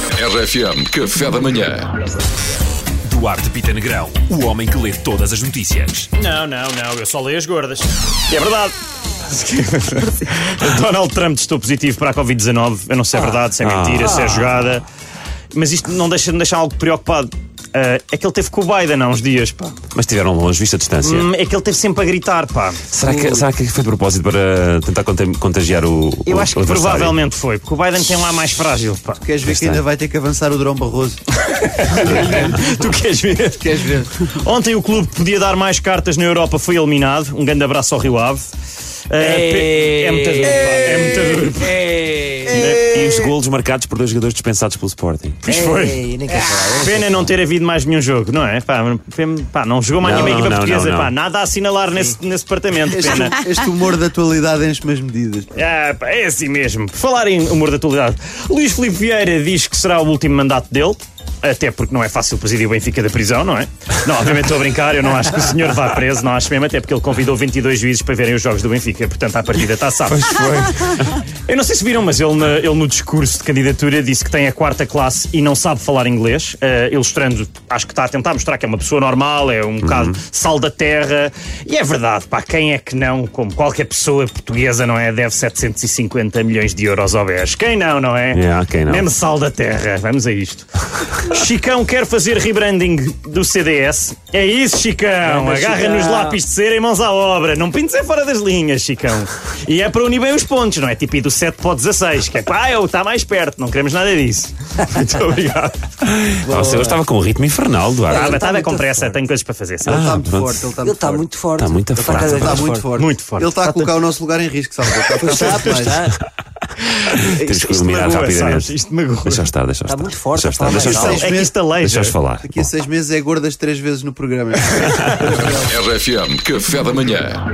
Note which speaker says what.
Speaker 1: RFM Café da Manhã.
Speaker 2: Duarte Pita Negrão, o homem que lê todas as notícias.
Speaker 3: Não, não, não, eu só leio as gordas. E é verdade. Donald Trump testou positivo para a Covid-19. Eu não sei se é verdade, se é mentira, se é jogada. Mas isto não deixa de me deixar algo preocupado. Ah, é que ele teve com o Biden há uns dias, pá.
Speaker 2: Mas estiveram longe, visto a distância.
Speaker 3: Hum, É que ele teve sempre a gritar, pá.
Speaker 2: Será, que, será que foi de propósito para tentar contem- contagiar o.
Speaker 3: Eu
Speaker 2: o
Speaker 3: acho que
Speaker 2: adversário?
Speaker 3: provavelmente foi, porque o Biden tem lá mais frágil, pá.
Speaker 4: Queres ver que ainda vai ter que avançar o Drão Barroso?
Speaker 3: Tu queres ver?
Speaker 4: Queres ver?
Speaker 3: Ontem o clube que podia dar mais cartas na Europa foi eliminado. Um grande abraço ao Rio Ave. Ah, pe- é muito duro, pá. É muito duro. é-
Speaker 2: E os golos marcados por dois jogadores dispensados pelo Sporting.
Speaker 3: Pois foi.
Speaker 4: Ei, nem quero falar.
Speaker 3: Pena não ter havido mais nenhum jogo, não é? Pá, pena- pá, não jogou mais
Speaker 2: Não,
Speaker 3: nenhuma equipa
Speaker 2: não, não,
Speaker 3: portuguesa.
Speaker 2: não, não.
Speaker 3: Pá, nada a assinalar nesse, nesse departamento. é Pena.
Speaker 4: Este, este humor da atualidade enche-me as medidas.
Speaker 3: Ah, pá, é assim mesmo. Por Falar em humor da atualidade. Luís Filipe Vieira diz que será o último mandato dele. Até porque não é fácil presidir o Benfica da prisão, não é? Não, obviamente estou a brincar, eu não acho que o senhor vá preso, não acho mesmo, até porque ele convidou 22 juízes para verem os jogos do Benfica, portanto, à partida está sábado. Eu não sei se viram, mas ele, na- ele no discurso de candidatura disse que tem a quarta classe e não sabe falar inglês, eh, ilustrando, acho que está a tentar mostrar que é uma pessoa normal, é um bocado
Speaker 2: Uhum.
Speaker 3: sal da terra. E é verdade, pá, quem é que não, como qualquer pessoa portuguesa, não é? Deve 750 milhões de euros ao BES. Quem não, não é?
Speaker 2: Yeah, quem não.
Speaker 3: Mesmo sal da terra. Vamos a isto. Chicão quer fazer rebranding do CDS. É isso, Chicão. Agarra nos lápis de cera e mãos à obra. Não pintes é fora das linhas, Chicão. E é para unir bem os pontos, não é? Tipo ir do 7 para o 16, que é pá, eu está mais perto. Não queremos nada disso. Muito obrigado.
Speaker 2: Nossa, eu estava com um ritmo infernal,
Speaker 3: Ah,
Speaker 2: Duarte.
Speaker 3: mas estava com pressa, tenho coisas para fazer. sabe?
Speaker 4: Ele está
Speaker 2: pronto.
Speaker 4: muito forte. Ele está
Speaker 5: Ele
Speaker 4: muito forte.
Speaker 5: está muito forte.
Speaker 2: Está muito
Speaker 5: Ele
Speaker 2: fraco.
Speaker 5: cada vez
Speaker 4: Ele está
Speaker 5: mais Tá,
Speaker 4: muito forte.
Speaker 3: Muito Ah, forte.
Speaker 4: Ele está a colocar o nosso lugar em risco, Tá Salvador. Está a ficar
Speaker 5: Está,
Speaker 4: chato, mas-
Speaker 5: está, está.
Speaker 2: Temos
Speaker 3: Isto-
Speaker 2: que
Speaker 3: isto
Speaker 2: eliminar
Speaker 3: magoa,
Speaker 2: rapidamente.
Speaker 3: sabes? Isto magoa.
Speaker 2: Deixa eu estar, deixa eu estar.
Speaker 5: Está muito forte,
Speaker 2: Deixa eu estar,
Speaker 5: fala
Speaker 2: deixa eu
Speaker 5: mais
Speaker 2: estar.
Speaker 3: É que isto aleija.
Speaker 2: Deixa-os falar.
Speaker 4: Daqui a
Speaker 2: Bom.
Speaker 4: seis meses é gordas três vezes no programa.
Speaker 1: RFM Café da Manhã.